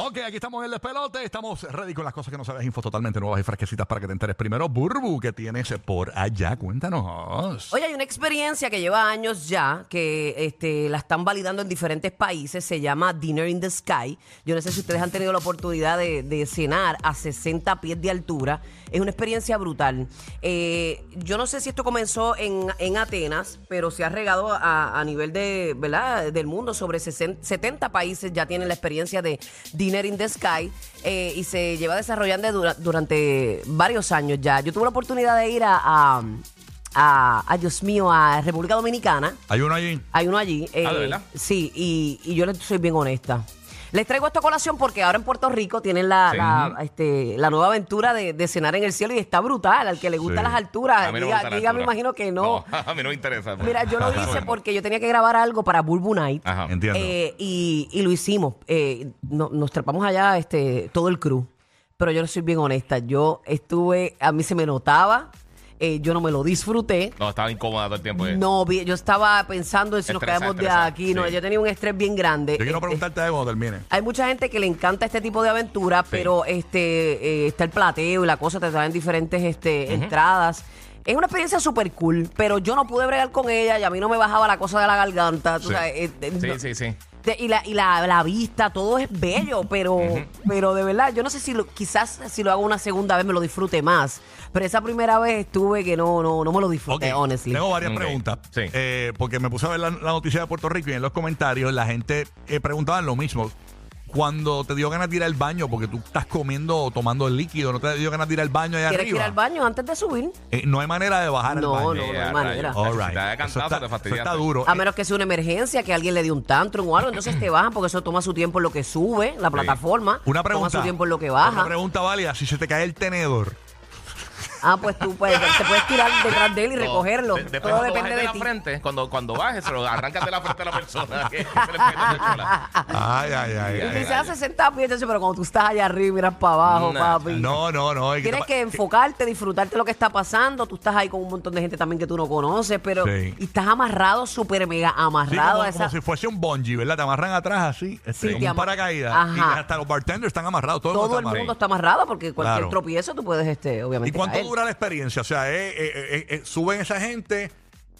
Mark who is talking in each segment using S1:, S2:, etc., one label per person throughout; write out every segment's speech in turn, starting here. S1: Ok, aquí estamos en el despelote. Estamos ready con las cosas que no sabes. Infos totalmente nuevas y fresquecitas para que te enteres primero. Burbu, ¿qué tienes por allá? Cuéntanos.
S2: Oye, hay una experiencia que lleva años ya, que este, la están validando en diferentes países, se llama Dinner in the Sky. Yo no sé si ustedes han tenido la oportunidad de, de cenar a 60 pies de altura. Es una experiencia brutal. Eh, yo no sé si esto comenzó en, en Atenas, pero se ha regado a, a nivel de, ¿verdad? del mundo. Sobre 60 70 países ya tienen la experiencia de Dinner in the Sky eh, y se lleva desarrollando dura- durante varios años ya. Yo tuve la oportunidad de ir a- a a, ay, Dios mío, a República Dominicana.
S1: Hay uno allí.
S2: Hay uno allí. eh,
S3: Ah, ¿de verdad?
S2: Sí, y, y yo les soy bien honesta. Les traigo esta colación porque ahora en Puerto Rico tienen la, la, este, la nueva aventura de, de cenar en el cielo y está brutal. Al que le gustan
S1: Sí.
S2: las alturas,
S3: A mí no me
S2: diga,
S3: gusta la
S2: diga, me
S3: altura.
S2: imagino que no.
S3: a mí no me interesa. pues.
S2: Mira, yo lo hice porque yo tenía que grabar algo para Bulbu Night.
S3: Ajá.
S1: Entiendo.
S2: Eh, y, y lo hicimos. Eh, no- nos trepamos allá este, todo el crew. Pero yo no soy bien honesta. Yo estuve, a mí se me notaba, eh, yo no me lo disfruté.
S3: No, estaba incómoda todo el tiempo. eh.
S2: No, vi- yo estaba pensando en si nos
S3: Estresada,
S2: quedamos de
S3: estresada,
S2: aquí. No,
S3: sí.
S2: yo tenía un estrés bien grande.
S1: Yo quiero
S2: Este,
S1: preguntarte algo cuando termine.
S2: Hay mucha gente que le encanta este tipo de aventura, pero este eh, está el plateo y la cosa, te traen diferentes este, entradas. Es una experiencia súper cool, pero yo no pude bregar con ella y a mí no me bajaba la cosa de la garganta. tú
S1: Sí.
S2: sabes, eh, eh,
S3: Sí,
S2: no-
S3: sí, sí.
S2: de- y la, y la, la vista, todo es bello, pero, pero de verdad, yo no sé si lo- quizás si lo hago una segunda vez me lo disfrute más. Pero esa primera vez estuve que no, no, no me lo disfruté,
S1: Ok,
S2: honestly.
S1: Tengo varias
S3: Ok.
S1: preguntas.
S3: Sí.
S1: Eh, porque me puse a ver la, la noticia de Puerto Rico y en los comentarios la gente eh, preguntaba lo mismo. Cuando te dio ganas de ir al baño, porque tú estás comiendo o tomando el líquido, no te dio ganas de ir al baño allá
S2: ¿Quieres que ir
S1: arriba.
S2: al baño antes de subir?
S1: Eh, no hay manera de bajar
S2: No,
S1: al baño.
S2: no, no hay
S3: Eh,
S2: manera.
S3: rayos.
S1: All right.
S3: Si te da
S1: Eso
S3: cantazo,
S1: está,
S3: te
S1: eso
S3: fastidiaste.
S1: está duro.
S2: A
S1: Eh,
S2: menos que sea una emergencia, que alguien le dio un tantrum o algo, entonces te bajan porque eso toma su tiempo en lo que sube la plataforma.
S1: Una pregunta.
S2: Toma su tiempo en lo que
S1: Una
S2: baja.
S1: pregunta válida. Si se te cae el tenedor,
S2: Ah, pues tú puedes, te puedes tirar detrás de él y
S3: No,
S2: recogerlo.
S3: de- después
S2: Todo
S3: cuando
S2: depende
S3: bajes
S2: de
S3: la
S2: ti.
S3: frente, cuando, cuando bajes, se lo arrancas de la frente a la persona. que- que se le pega en la cola.
S1: Ay, ay, ay.
S2: Ah. Y
S1: ay,
S2: quizás 60 pies, pues, entonces, pero cuando tú estás allá arriba, miras para abajo,
S3: Nah,
S2: papi.
S1: No, no, no. es
S2: Tienes
S1: te-
S2: que enfocarte, disfrutarte lo que está pasando. Tú estás ahí con un montón de gente también que tú no conoces, pero
S1: Sí.
S2: y estás amarrado, súper mega
S1: Sí,
S2: amarrado
S1: como,
S2: a esa.
S1: como si fuese un bungee, ¿verdad? Te amarran atrás así, este,
S2: Sí,
S1: como
S2: te
S1: un
S2: ama-
S1: paracaídas.
S2: Ajá.
S1: Y hasta los bartenders están amarrados. Todo,
S2: todo el
S1: está
S2: mundo
S1: amarrado.
S2: está amarrado porque cualquier
S1: Claro.
S2: tropiezo tú puedes, este,
S1: ¿Y
S2: obviamente.
S1: cuánto
S2: caer.
S1: dura la experiencia? O sea, eh, eh, eh, eh, suben esa gente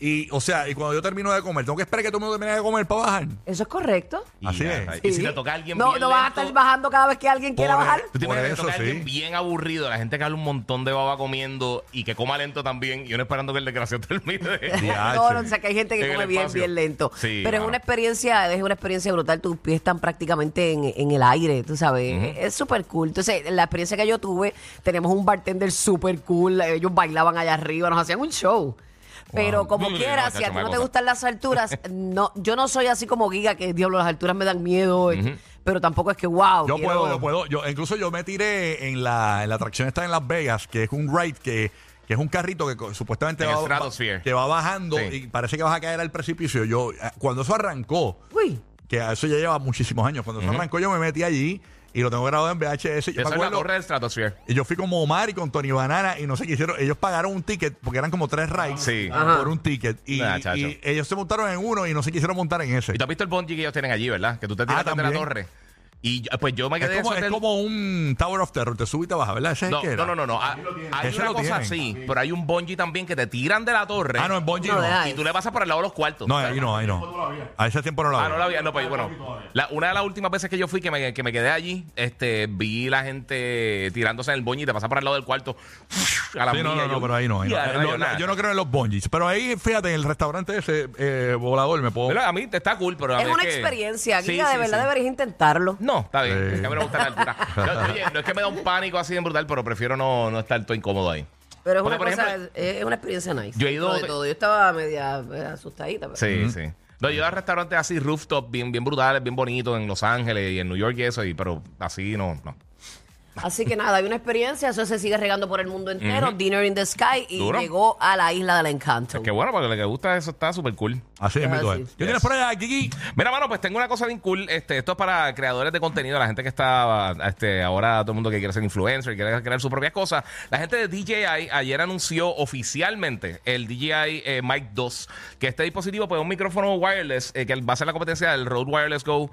S1: y, o sea, y cuando yo termino de comer, tengo que esperar que todo el mundo termine de comer para bajar.
S2: Eso es correcto.
S1: Así
S3: Y ya,
S1: es.
S3: rayos. Y si le toca a alguien
S2: No,
S3: bien
S2: no vas a
S3: lento,
S2: estar bajando cada vez que alguien quiera
S1: Por-
S2: bajar.
S3: ¿Tú te
S1: Por
S3: imaginas que le
S1: eso
S3: toca a alguien
S1: sí.
S3: bien aburrido? La gente que habla un montón de baba comiendo y que coma lento también. Y uno esperando que el desgraciado termine. de-
S1: Ya,
S2: No,
S1: che.
S2: no, o sea que hay gente que
S3: En el
S2: come bien,
S3: espacio.
S2: bien lento.
S3: Sí,
S2: Pero es
S3: mano.
S2: una experiencia, es una experiencia brutal. Tus pies están prácticamente en, en el aire, tú sabes. Es súper cool. Entonces, la experiencia que yo tuve, tenemos un bartender súper cool. Ellos bailaban allá arriba, nos hacían un show. Pero como
S3: Mm,
S2: quiera,
S3: no,
S2: si
S3: chacho,
S2: a ti no
S3: me
S2: te
S3: goza.
S2: gustan las alturas, no, yo no soy así como Giga, que diablo, las alturas me dan miedo, eh. pero tampoco es que wow.
S1: Yo
S2: quiero-
S1: puedo, yo puedo. Yo, incluso yo me tiré en la, en la atracción esta en Las Vegas, que es un ride que, que es un carrito que co- supuestamente
S3: En
S1: va,
S3: el Stratosphere.
S1: que va bajando
S3: Sí.
S1: y parece que vas a caer al precipicio. Yo, eh, cuando eso arrancó,
S2: Uy.
S1: que a eso ya lleva muchísimos años, cuando eso arrancó yo me metí allí y lo tengo grabado en VHS. Yo
S3: Esa
S1: me
S3: es la
S1: acuerdo,
S3: torre del Stratosphere.
S1: y yo fui como Omar y con Tony Banana y no sé qué hicieron. Ellos pagaron un ticket porque eran como tres rides
S3: Ah, Sí.
S2: Ajá.
S1: por un ticket. Y,
S3: Nah, chacho.
S1: y ellos se montaron en uno y no se quisieron montar en ese.
S3: Y tú has visto el bungee que ellos tienen allí, ¿verdad? Que tú te tiras desde la
S1: Ah, también.
S3: torre. Y yo- pues yo me quedé
S1: Es
S3: en
S1: como,
S3: ese
S1: es
S3: hotel.
S1: como un Tower of Terror, te subes y te bajas, ¿verdad? Ese es el
S3: No,
S1: que
S3: no,
S1: era.
S3: no, no, no. Ah, Hay
S1: Ese
S3: una
S1: lo
S3: cosa
S1: tienen.
S3: así, pero hay un bungee también que te tiran de la torre.
S1: Ah, no, en Bonji
S2: No,
S1: no.
S2: deja-
S3: Y tú le pasas por el lado de los cuartos.
S1: No,
S3: O sea,
S1: ahí no, ahí no. A ese tiempo no lo
S3: Ah, no la
S1: había.
S3: vi, no, pues, bueno. la- una de las últimas veces que yo fui, que me, que me quedé allí, este, vi la gente tirándose en el boñi y te pasaba por el lado del cuarto. A la
S1: Sí, no,
S3: milla,
S1: no, no,
S3: yo-
S1: pero ahí no. ahí no.
S3: Ya,
S1: Eh,
S3: no,
S1: no,
S3: yo
S1: no,
S3: nada.
S1: yo no creo en los bungees. Pero ahí, fíjate, en el restaurante ese eh, volador me puedo.
S3: Pero a mí te está cool, pero a
S2: Es
S3: mí
S2: una
S3: que-
S2: experiencia,
S3: Sí,
S2: Giga,
S3: sí,
S2: de verdad
S3: sí.
S2: deberías intentarlo.
S3: No, está bien.
S1: Sí.
S3: Es que a mí no me gusta la altura. Yo- oye, no es que me da un pánico así en brutal, pero prefiero no, no estar todo incómodo ahí.
S2: Pero es una,
S3: Porque, por
S2: cosa,
S3: ejemplo,
S2: es es una experiencia nice.
S3: yo he ido-
S2: Todo de todo. Yo estaba media eh, asustadita. Pero...
S3: Sí, sí. No, yo iba a restaurantes así, rooftop, bien, bien brutales, bien bonitos en Los Ángeles y en New York y eso, y, pero así no, no.
S2: Así que nada, hay una experiencia, eso se sigue regando por el mundo entero. Dinner in the Sky y
S3: Duro.
S2: llegó a la isla del encanto.
S3: Es que bueno, para el que le gusta eso está súper cool.
S1: Así es,
S2: Ah,
S1: mito,
S2: sí.
S1: eh. ¿Qué tienes por allá, Kiki?
S3: Mira, mano, pues tengo una cosa bien cool. Este, esto es para creadores de contenido, la gente que está este, ahora, todo el mundo que quiere ser influencer, quiere crear sus propias cosas. La gente de DJI ayer anunció oficialmente el DJI eh, Mic 2, que este dispositivo pues, es un micrófono wireless eh, que va a ser la competencia del Rode Wireless Go,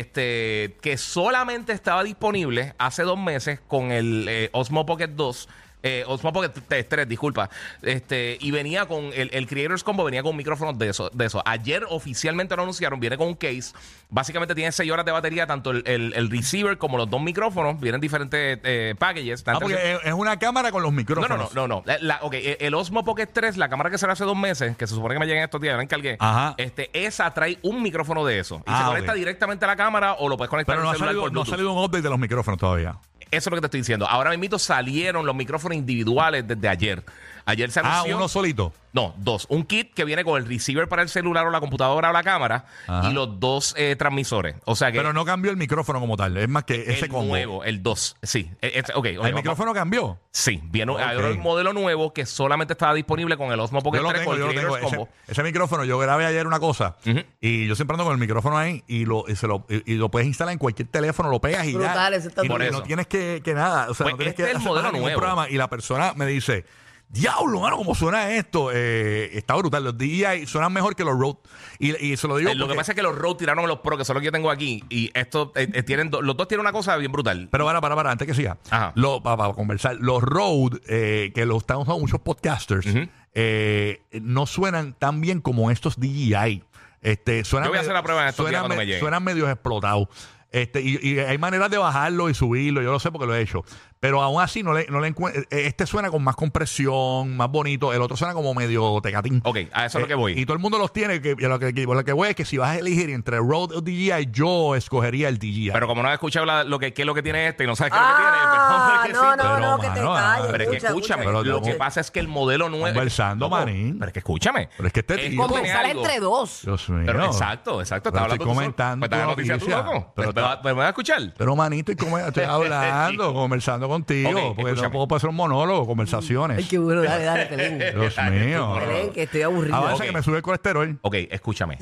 S3: este, que solamente estaba disponible hace dos meses con el eh, Osmo Pocket 2. Eh, Osmo Pocket 3, disculpa. Este, y venía con el, el Creators Combo, venía con micrófonos de eso, de eso. Ayer oficialmente lo anunciaron, viene con un case. Básicamente tiene 6 horas de batería, tanto el, el- el receiver como los dos micrófonos. Vienen diferentes eh, packages.
S1: Ah,
S3: Tanto
S1: porque
S3: el-
S1: es- es una cámara con los
S3: no,
S1: micrófonos.
S3: no, no, no, no. La- la- ok, eh, el Osmo Pocket 3, la cámara que salió hace dos meses, que se supone que me llega en estos días, la encargué.
S1: Ajá.
S3: Este, esa trae un micrófono de eso. Y
S1: Ah,
S3: se
S1: ok.
S3: conecta directamente a la cámara o lo puedes conectar
S1: Pero
S3: al
S1: no ha,
S3: celular
S1: salido,
S3: por
S1: no ha
S3: Bluetooth.
S1: salido un update de los micrófonos todavía.
S3: Eso es lo que te estoy diciendo. Ahora mismo salieron los micrófonos individuales desde ayer. Ayer se
S1: Ah,
S3: anunció.
S1: uno solito.
S3: No, dos. Un kit que viene con el receiver para el celular o la computadora o la cámara
S1: Ajá.
S3: y los dos eh, transmisores. O sea que
S1: Pero no cambió el micrófono como tal. Es más que ese
S3: el
S1: combo.
S3: nuevo, el 2. Sí. Eh, este- ok, ok,
S1: el
S3: vamos-
S1: micrófono cambió.
S3: Sí, viene
S1: Ok.
S3: hay un modelo nuevo que solamente estaba disponible con el Osmo Pocket
S1: Yo lo
S3: 3
S1: tengo,
S3: con
S1: yo
S3: el
S1: lo tengo.
S3: Creators
S1: Ese,
S3: Combo.
S1: ese micrófono, yo grabé ayer una cosa y yo siempre ando con el micrófono ahí y lo, y se lo, y, y lo puedes instalar en cualquier teléfono, lo pegas y ya.
S2: Brutal, ese está
S1: y no,
S3: Por
S1: y
S3: eso.
S1: no tienes que, que nada. O sea,
S3: Pues
S1: no tienes
S3: este
S1: que
S3: es el
S1: hacer
S3: modelo
S1: nada, ningún
S3: nuevo.
S1: programa. Y la persona me dice, diablo, mano, cómo suena esto. Eh, está brutal. Los DJI suenan mejor que los Rode. Y, y se lo digo
S3: Eh, lo que
S1: porque-
S3: pasa es que los Rode tiraron los Pro, que son los que yo tengo aquí, y estos eh, eh, tienen do- los dos tienen una cosa bien brutal.
S1: Pero para, para, para, antes que siga.
S3: Ajá.
S1: Lo, para, conversar. Los Rode, eh, que los están usando muchos podcasters, eh, no suenan tan bien como estos DJI. Este, suenan
S3: Yo voy a hacer la prueba en estos días
S1: suenan
S3: cuando me llegue.
S1: Suenan medios explotados. Este, y, y hay maneras de bajarlo y subirlo, yo lo sé porque lo he hecho. Pero aún así no le, no le encuentro. Este suena con más compresión, más bonito. El otro suena como medio tecatín.
S3: Ok, a eso es lo que voy.
S1: Eh, Y todo el mundo los tiene. Que, lo, que, lo que voy es que si vas a elegir entre Rode o DJI, yo escogería el DJI.
S3: Pero como no has escuchado la- lo que, qué es lo que tiene este y no sabes qué
S2: Ah,
S3: es lo que tiene,
S2: no,
S3: perdón,
S1: pero,
S2: no, no, que te
S1: mano,
S2: calles.
S3: Pero es que escúchame,
S1: escucha.
S3: lo
S1: Pero
S3: que
S1: no.
S3: pasa es que el modelo nuevo.
S1: Conversando,
S3: Loco,
S1: manín.
S3: Pero es que escúchame.
S1: Pero es que este
S3: Esto
S1: tipo-
S3: tiene
S2: Conversar
S3: algo.
S2: entre dos.
S1: Dios mío.
S3: Pero exacto, exacto.
S1: Pero
S3: Está hablando
S1: estoy
S3: tú solo.
S1: comentando
S3: Pues, está dando noticia tú,
S1: noticia.
S3: loco.
S1: Pero
S3: ¿Me va-
S1: está-
S3: me vas a escuchar?
S1: Pero manito, y como estoy hablando, conversando contigo,
S3: Ok,
S1: porque
S3: escúchame.
S1: tampoco puedo hacer un monólogo,
S2: Ay,
S1: conversaciones.
S2: qué bueno, dale, dale, Pelín.
S1: Dios
S3: Ay,
S1: mío.
S3: qué
S2: Pelín, que estoy aburrido.
S1: Avanza
S3: Ok.
S1: que me sube el colesterol.
S3: Ok, escúchame.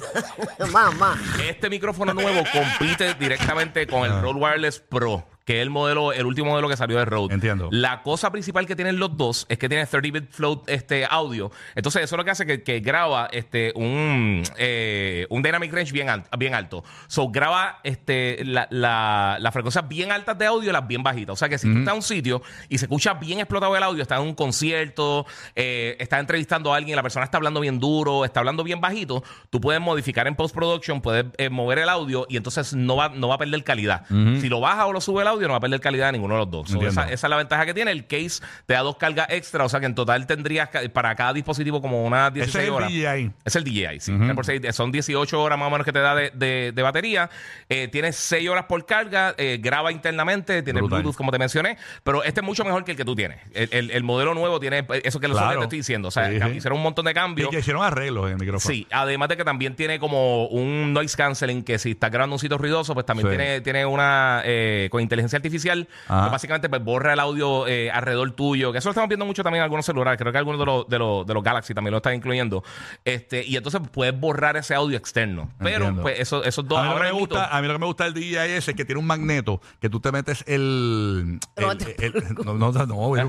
S2: Mamá.
S3: Este micrófono nuevo compite directamente con
S1: Ah.
S3: el Rode Wireless Pro, que es el modelo, el último modelo que salió de Rode.
S1: Entiendo.
S3: La cosa principal que tienen los dos es que tiene 30-bit float este, audio. Entonces, eso es lo que hace que, que graba este, un, eh, un dynamic range bien, al- bien alto. So, graba este, la- la- las frecuencias bien altas de audio y las bien bajitas. O sea que si tú estás en un sitio y se escucha bien explotado el audio, estás en un concierto, eh, estás entrevistando a alguien, la persona está hablando bien duro, está hablando bien bajito, tú puedes modificar en post-production, puedes eh, mover el audio y entonces no va, no va a perder calidad. Si lo baja o lo sube el audio, no va a perder calidad de ninguno de los dos. So,
S1: Entiendo.
S3: esa, esa es la ventaja que tiene. El case te da dos cargas extra, o sea que en total tendrías ca- para cada dispositivo como unas
S1: Ese
S3: 16
S1: es el
S3: horas.
S1: DJI.
S3: Es el DJI, sí. 3x6, Son 18 horas más o menos que te da de, de- de batería. Eh, tiene 6 horas por carga, eh, graba internamente, tiene
S1: Brutal.
S3: Bluetooth, como te mencioné. Pero este es mucho mejor que el que tú tienes. El, el- el modelo nuevo tiene eh, eso que
S1: Claro.
S3: te estoy diciendo. O sea,
S1: Sí, sí.
S3: hicieron un montón de
S1: Y
S3: cambios.
S1: que hicieron arreglos en el micrófono.
S3: Sí, además de que también tiene como un noise canceling que si estás grabando un sitio ruidoso, pues también
S1: Sí.
S3: tiene, tiene una eh, con inteligencia artificial,
S1: Ajá.
S3: que básicamente pues, borra el audio eh, alrededor tuyo, que eso lo estamos viendo mucho también en algunos celulares, creo que algunos de los, de los, de los Galaxy también lo están incluyendo. Este, y entonces puedes borrar ese audio externo. Pero
S1: Entiendo.
S3: pues eso, esos dos
S1: A mí, lo que
S3: ahora
S1: me
S3: mismito-
S1: gusta, a mí lo que me gusta del DJI es que tiene un magneto que tú te metes el. el- el- no, no, no, no. güey.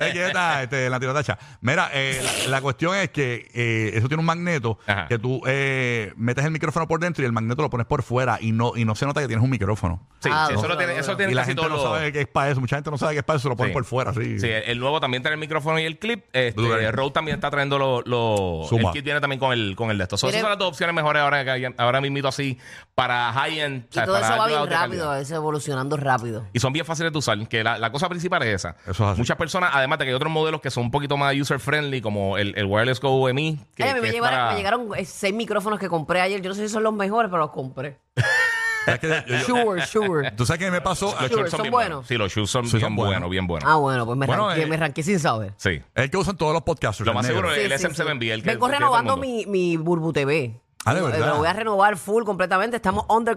S1: Eh, quieta, este, la tirotacha. Mira, eh, la, la cuestión es que eh, eso tiene un magneto
S3: Ajá.
S1: que tú eh, metes el micrófono por dentro y el magneto lo pones por fuera y no, y no se nota que tienes un micrófono.
S3: Sí,
S2: Ah,
S3: sí, eso
S2: duro,
S3: lo tiene, eso
S2: duro.
S3: tiene
S1: Y la
S3: casi
S1: gente
S3: todos
S1: no
S3: los-
S1: sabe que es para eso. Mucha gente no sabe que es para eso, lo ponen
S3: Sí.
S1: por fuera, sí.
S3: Sí, el nuevo también tiene el micrófono y el clip. Este,
S1: Brutal.
S3: Rode también está trayendo los. Lo,
S1: Zumba.
S3: el kit viene también con el, con el de estos. So,
S2: Mire-
S3: esas son las dos opciones mejores ahora, que hay- ahora mismo así para high-end.
S2: Y todo eso va bien rápido, eso evolucionando rápido.
S3: Y son bien fáciles de usar, que la, la cosa principal es esa.
S1: Eso es así.
S3: Muchas personas, además de que hay otros modelos que son un poquito más user-friendly, como el, el Wireless Go MI. Que,
S2: Ay, a mí
S3: que
S2: me,
S3: es
S2: llevaron-
S3: para-
S2: me llegaron eh, seis micrófonos que compré ayer. Yo no sé si son los mejores, pero los compré.
S1: Es que yo- yo-
S2: Sure, sure.
S1: ¿Tú sabes qué me pasó?
S3: Los
S2: Sure,
S3: shorts
S2: son
S3: bien
S2: buenos.
S3: Sí, los shoes son
S1: Sí, son
S3: bien
S1: buenos.
S3: buenos, bien buenos.
S2: Ah, bueno, pues me
S1: Bueno,
S2: ranqué,
S1: eh,
S2: me ranqué sin saber.
S3: Sí.
S1: Es el que usan todos los podcasters.
S3: Lo más
S1: el negro.
S3: seguro es-
S2: Sí,
S3: el
S2: sí,
S3: SM7B,
S2: sí.
S3: el que-
S2: Vengo
S3: el que tiene todo el
S2: renovando mi,
S3: mundo.
S2: mi Burbu TV.
S1: Ah, de
S2: Eh,
S1: verdad.
S2: Lo voy a renovar full completamente. Estamos under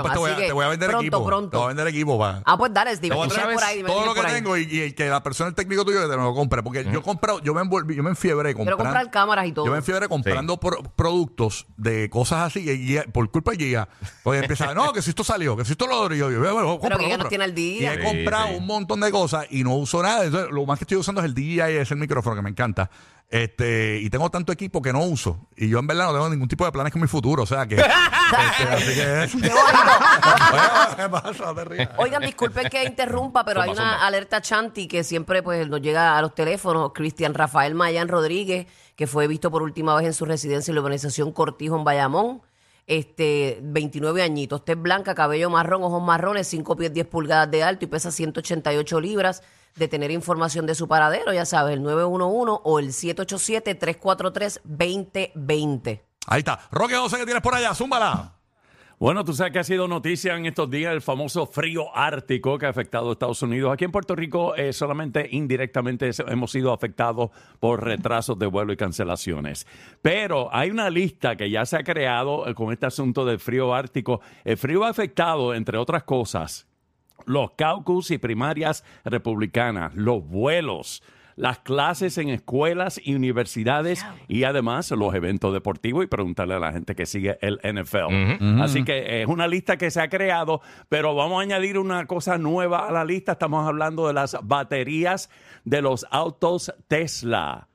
S1: Ah, pues te voy, a,
S2: así que
S1: te voy a vender
S2: pronto,
S1: equipo.
S2: pronto.
S1: Te voy a vender equipo, va.
S2: Ah, pues dale,
S1: Te
S2: Steve.
S1: voy a
S2: dime
S1: traer
S2: por ahí, dime
S1: todo lo
S2: por
S1: que
S2: ahí.
S1: tengo y, y el que la persona, el técnico tuyo, que te lo compre. Porque yo he comprado, yo me envolví, yo me enfiebre
S2: Quiero
S1: comprando.
S2: comprar cámaras y todo.
S1: Yo me enfiebre comprando pro- productos de cosas así y Gia- por culpa de Gia. Porque empieza, no, que si esto salió, que si esto lo otro. Y yo, yo, bueno, compro,
S2: Pero que ya nos
S1: compro.
S2: tiene al día.
S1: Y he
S3: Sí,
S1: comprado
S3: sí.
S1: un montón de cosas y no uso nada. Entonces, lo más que estoy usando es el DJI, es el micrófono que me encanta. Este, y tengo tanto equipo que no uso. Y yo en verdad no tengo ningún tipo de planes con mi futuro. O sea que. este, así que-
S2: Qué bonito.
S1: Oye, ¿Qué pasa? Te ríes.
S2: Oigan, disculpen que interrumpa, pero hay
S3: Zumba,
S2: una
S3: zumba.
S2: alerta Chanti que siempre pues nos llega a los teléfonos. Cristian Rafael Mayán Rodríguez, que fue visto por última vez en su residencia en la urbanización Cortijo en Bayamón. Este, 29 añitos, tez blanca, cabello marrón, ojos marrones, 5 pies 10 pulgadas de alto y pesa 188 libras. De tener información de su paradero, ya sabes, el 911 o el 787-343-2020.
S1: Ahí está. Roque José, que tienes por allá? Zúmbala.
S4: Bueno, tú sabes que ha sido noticia en estos días el famoso frío ártico que ha afectado a Estados Unidos. Aquí en Puerto Rico eh, solamente indirectamente es- hemos sido afectados por retrasos de vuelo y cancelaciones. Pero hay una lista que ya se ha creado eh, con este asunto del frío ártico. El frío ha afectado, entre otras cosas, los caucus y primarias republicanas, los vuelos, las clases en escuelas y universidades y además los eventos deportivos y preguntarle a la gente que sigue el NFL. Así que eh, es una lista que se ha creado, pero vamos a añadir una cosa nueva a la lista. Estamos hablando de las baterías de los autos Tesla.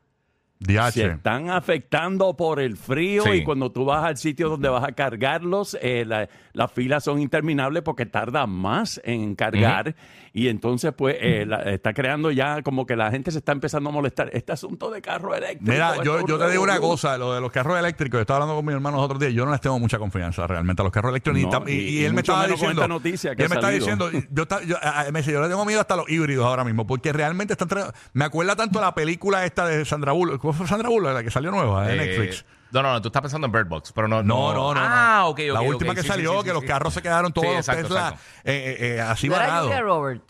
S4: Se
S1: DH.
S4: están afectando por el frío
S3: Sí.
S4: y cuando tú vas al sitio donde vas a cargarlos, eh, la- las filas son interminables porque tarda más en cargar y entonces pues eh, la- está creando ya como que la gente se está empezando a molestar. Este asunto de carro eléctrico.
S1: Mira,
S4: es
S1: yo,
S4: un
S1: yo te digo una
S4: revolú.
S1: cosa, lo de los carros eléctricos, yo estaba hablando con mis hermanos los otros días, yo no les tengo mucha confianza realmente a los carros eléctricos. ni
S4: No,
S1: tam- y,
S4: y-
S1: y
S4: y
S1: él me
S4: mucho
S1: estaba
S4: menos con
S1: diciendo,
S4: esta noticia que
S1: y
S4: ha
S1: él me estaba
S4: salido.
S1: diciendo, yo, esta- yo- a- a- me dice, yo le tengo miedo hasta los híbridos ahora mismo, porque realmente están, tra- me acuerda tanto la película esta de Sandra Bullock, ¿cómo fue Sandra Bullock? La que salió nueva de
S3: Eh,
S1: Netflix.
S3: No, no, no, tú estás pensando en Bird Box, pero no.
S1: No, no, no. no.
S3: Ah, ok, ok.
S1: La última
S3: ok,
S1: que
S3: sí,
S1: salió,
S3: sí, sí,
S1: que
S3: sí,
S1: los
S3: sí.
S1: carros se quedaron todos
S3: Sí,
S1: los
S3: exacto,
S1: Tesla
S3: exacto.
S1: eh, eh, eh, así
S2: ¿No era
S1: varados.
S2: Julia Robert?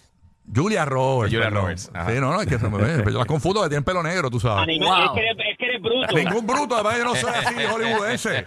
S1: Julia Roberts.
S3: Julia
S1: perdón.
S3: Roberts, ajá.
S1: Sí, no, no, es que se me ve. pero Yo las confundo que tienen pelo negro, tú sabes.
S5: Animal,
S2: Wow.
S5: es, que eres, es que eres bruto.
S1: Ningún bruto, además yo no soy así hollywoodense.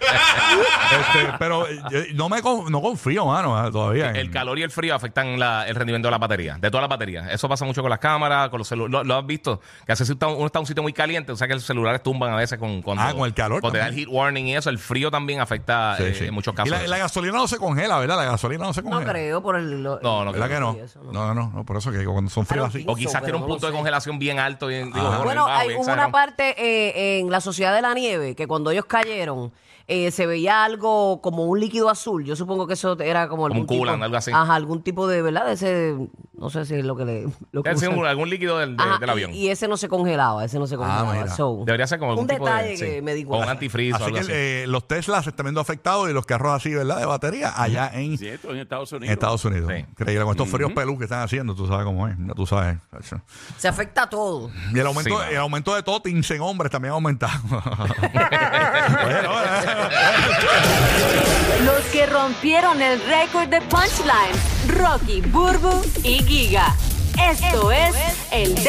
S1: Este, pero eh, yo no me con- no confío, mano, eh, todavía. en-
S3: El calor y el frío afectan la- el rendimiento de la batería, de todas las baterías. Eso pasa mucho con las cámaras, con los celulares. Lo, lo has visto, que hace si está- uno está en un sitio muy caliente, o sea que los celulares tumban a veces con, cuando-
S1: Ah, con el calor
S3: Cuando te da el
S1: también.
S3: heat warning y eso, el frío también afecta
S1: Sí,
S3: eh,
S1: sí.
S3: en muchos
S1: Y
S3: casos.
S1: la, la gasolina no se congela, ¿verdad? La gasolina no se
S2: No
S1: congela.
S2: creo por el... lo-
S3: No, no
S1: ¿Verdad
S3: creo.
S1: que no?
S2: Sí, eso no.
S1: No, no, no, por eso que cuando son fríos así.
S3: O quizás tiene
S2: Pero
S3: un
S2: no lo
S3: punto de
S2: sé.
S3: congelación bien alto, bien,
S1: Ah.
S3: digo, bien
S2: Bueno,
S3: bajo,
S2: hay,
S3: bien
S2: hubo
S3: exagerado.
S2: una parte eh, en la Sociedad de la Nieve que cuando ellos cayeron eh, se veía algo como un líquido azul. Yo supongo que eso era como algún
S3: un coolant,
S2: tipo,
S3: algo así.
S2: Ajá, algún tipo de, ¿verdad? De ese, no sé si es lo que le... Lo que
S3: Debe ser
S2: usan.
S3: un- algún líquido del, de-
S2: Ajá,
S3: del avión.
S2: Ah,
S3: Ah,
S2: Y, y ese no se congelaba, ese no se congelaba.
S1: mira.
S2: So,
S3: Debería ser como algún
S2: un
S3: tipo
S2: detalle
S3: de,
S2: que
S3: sí,
S2: me digo.
S3: O un antifreeze o
S1: Así
S3: algo
S1: que
S3: así.
S1: eh, los Teslas se están viendo afectados y los carros así, ¿verdad? De batería, allá en,
S4: Cierto, en Estados
S1: en
S4: Unidos.
S1: Estados Unidos.
S3: Sí.
S1: Increíble, con estos fríos pelús que están haciendo, tú sabes cómo es. ya Tú sabes. cacho.
S2: Se afecta a todo.
S1: Y el aumento,
S3: Sí, va.
S1: el aumento de Totins en hombres también ha aumentado. eh, Bueno,
S6: Los que rompieron el récord de punchline, Rocky, Burbu y Giga. Esto, es, el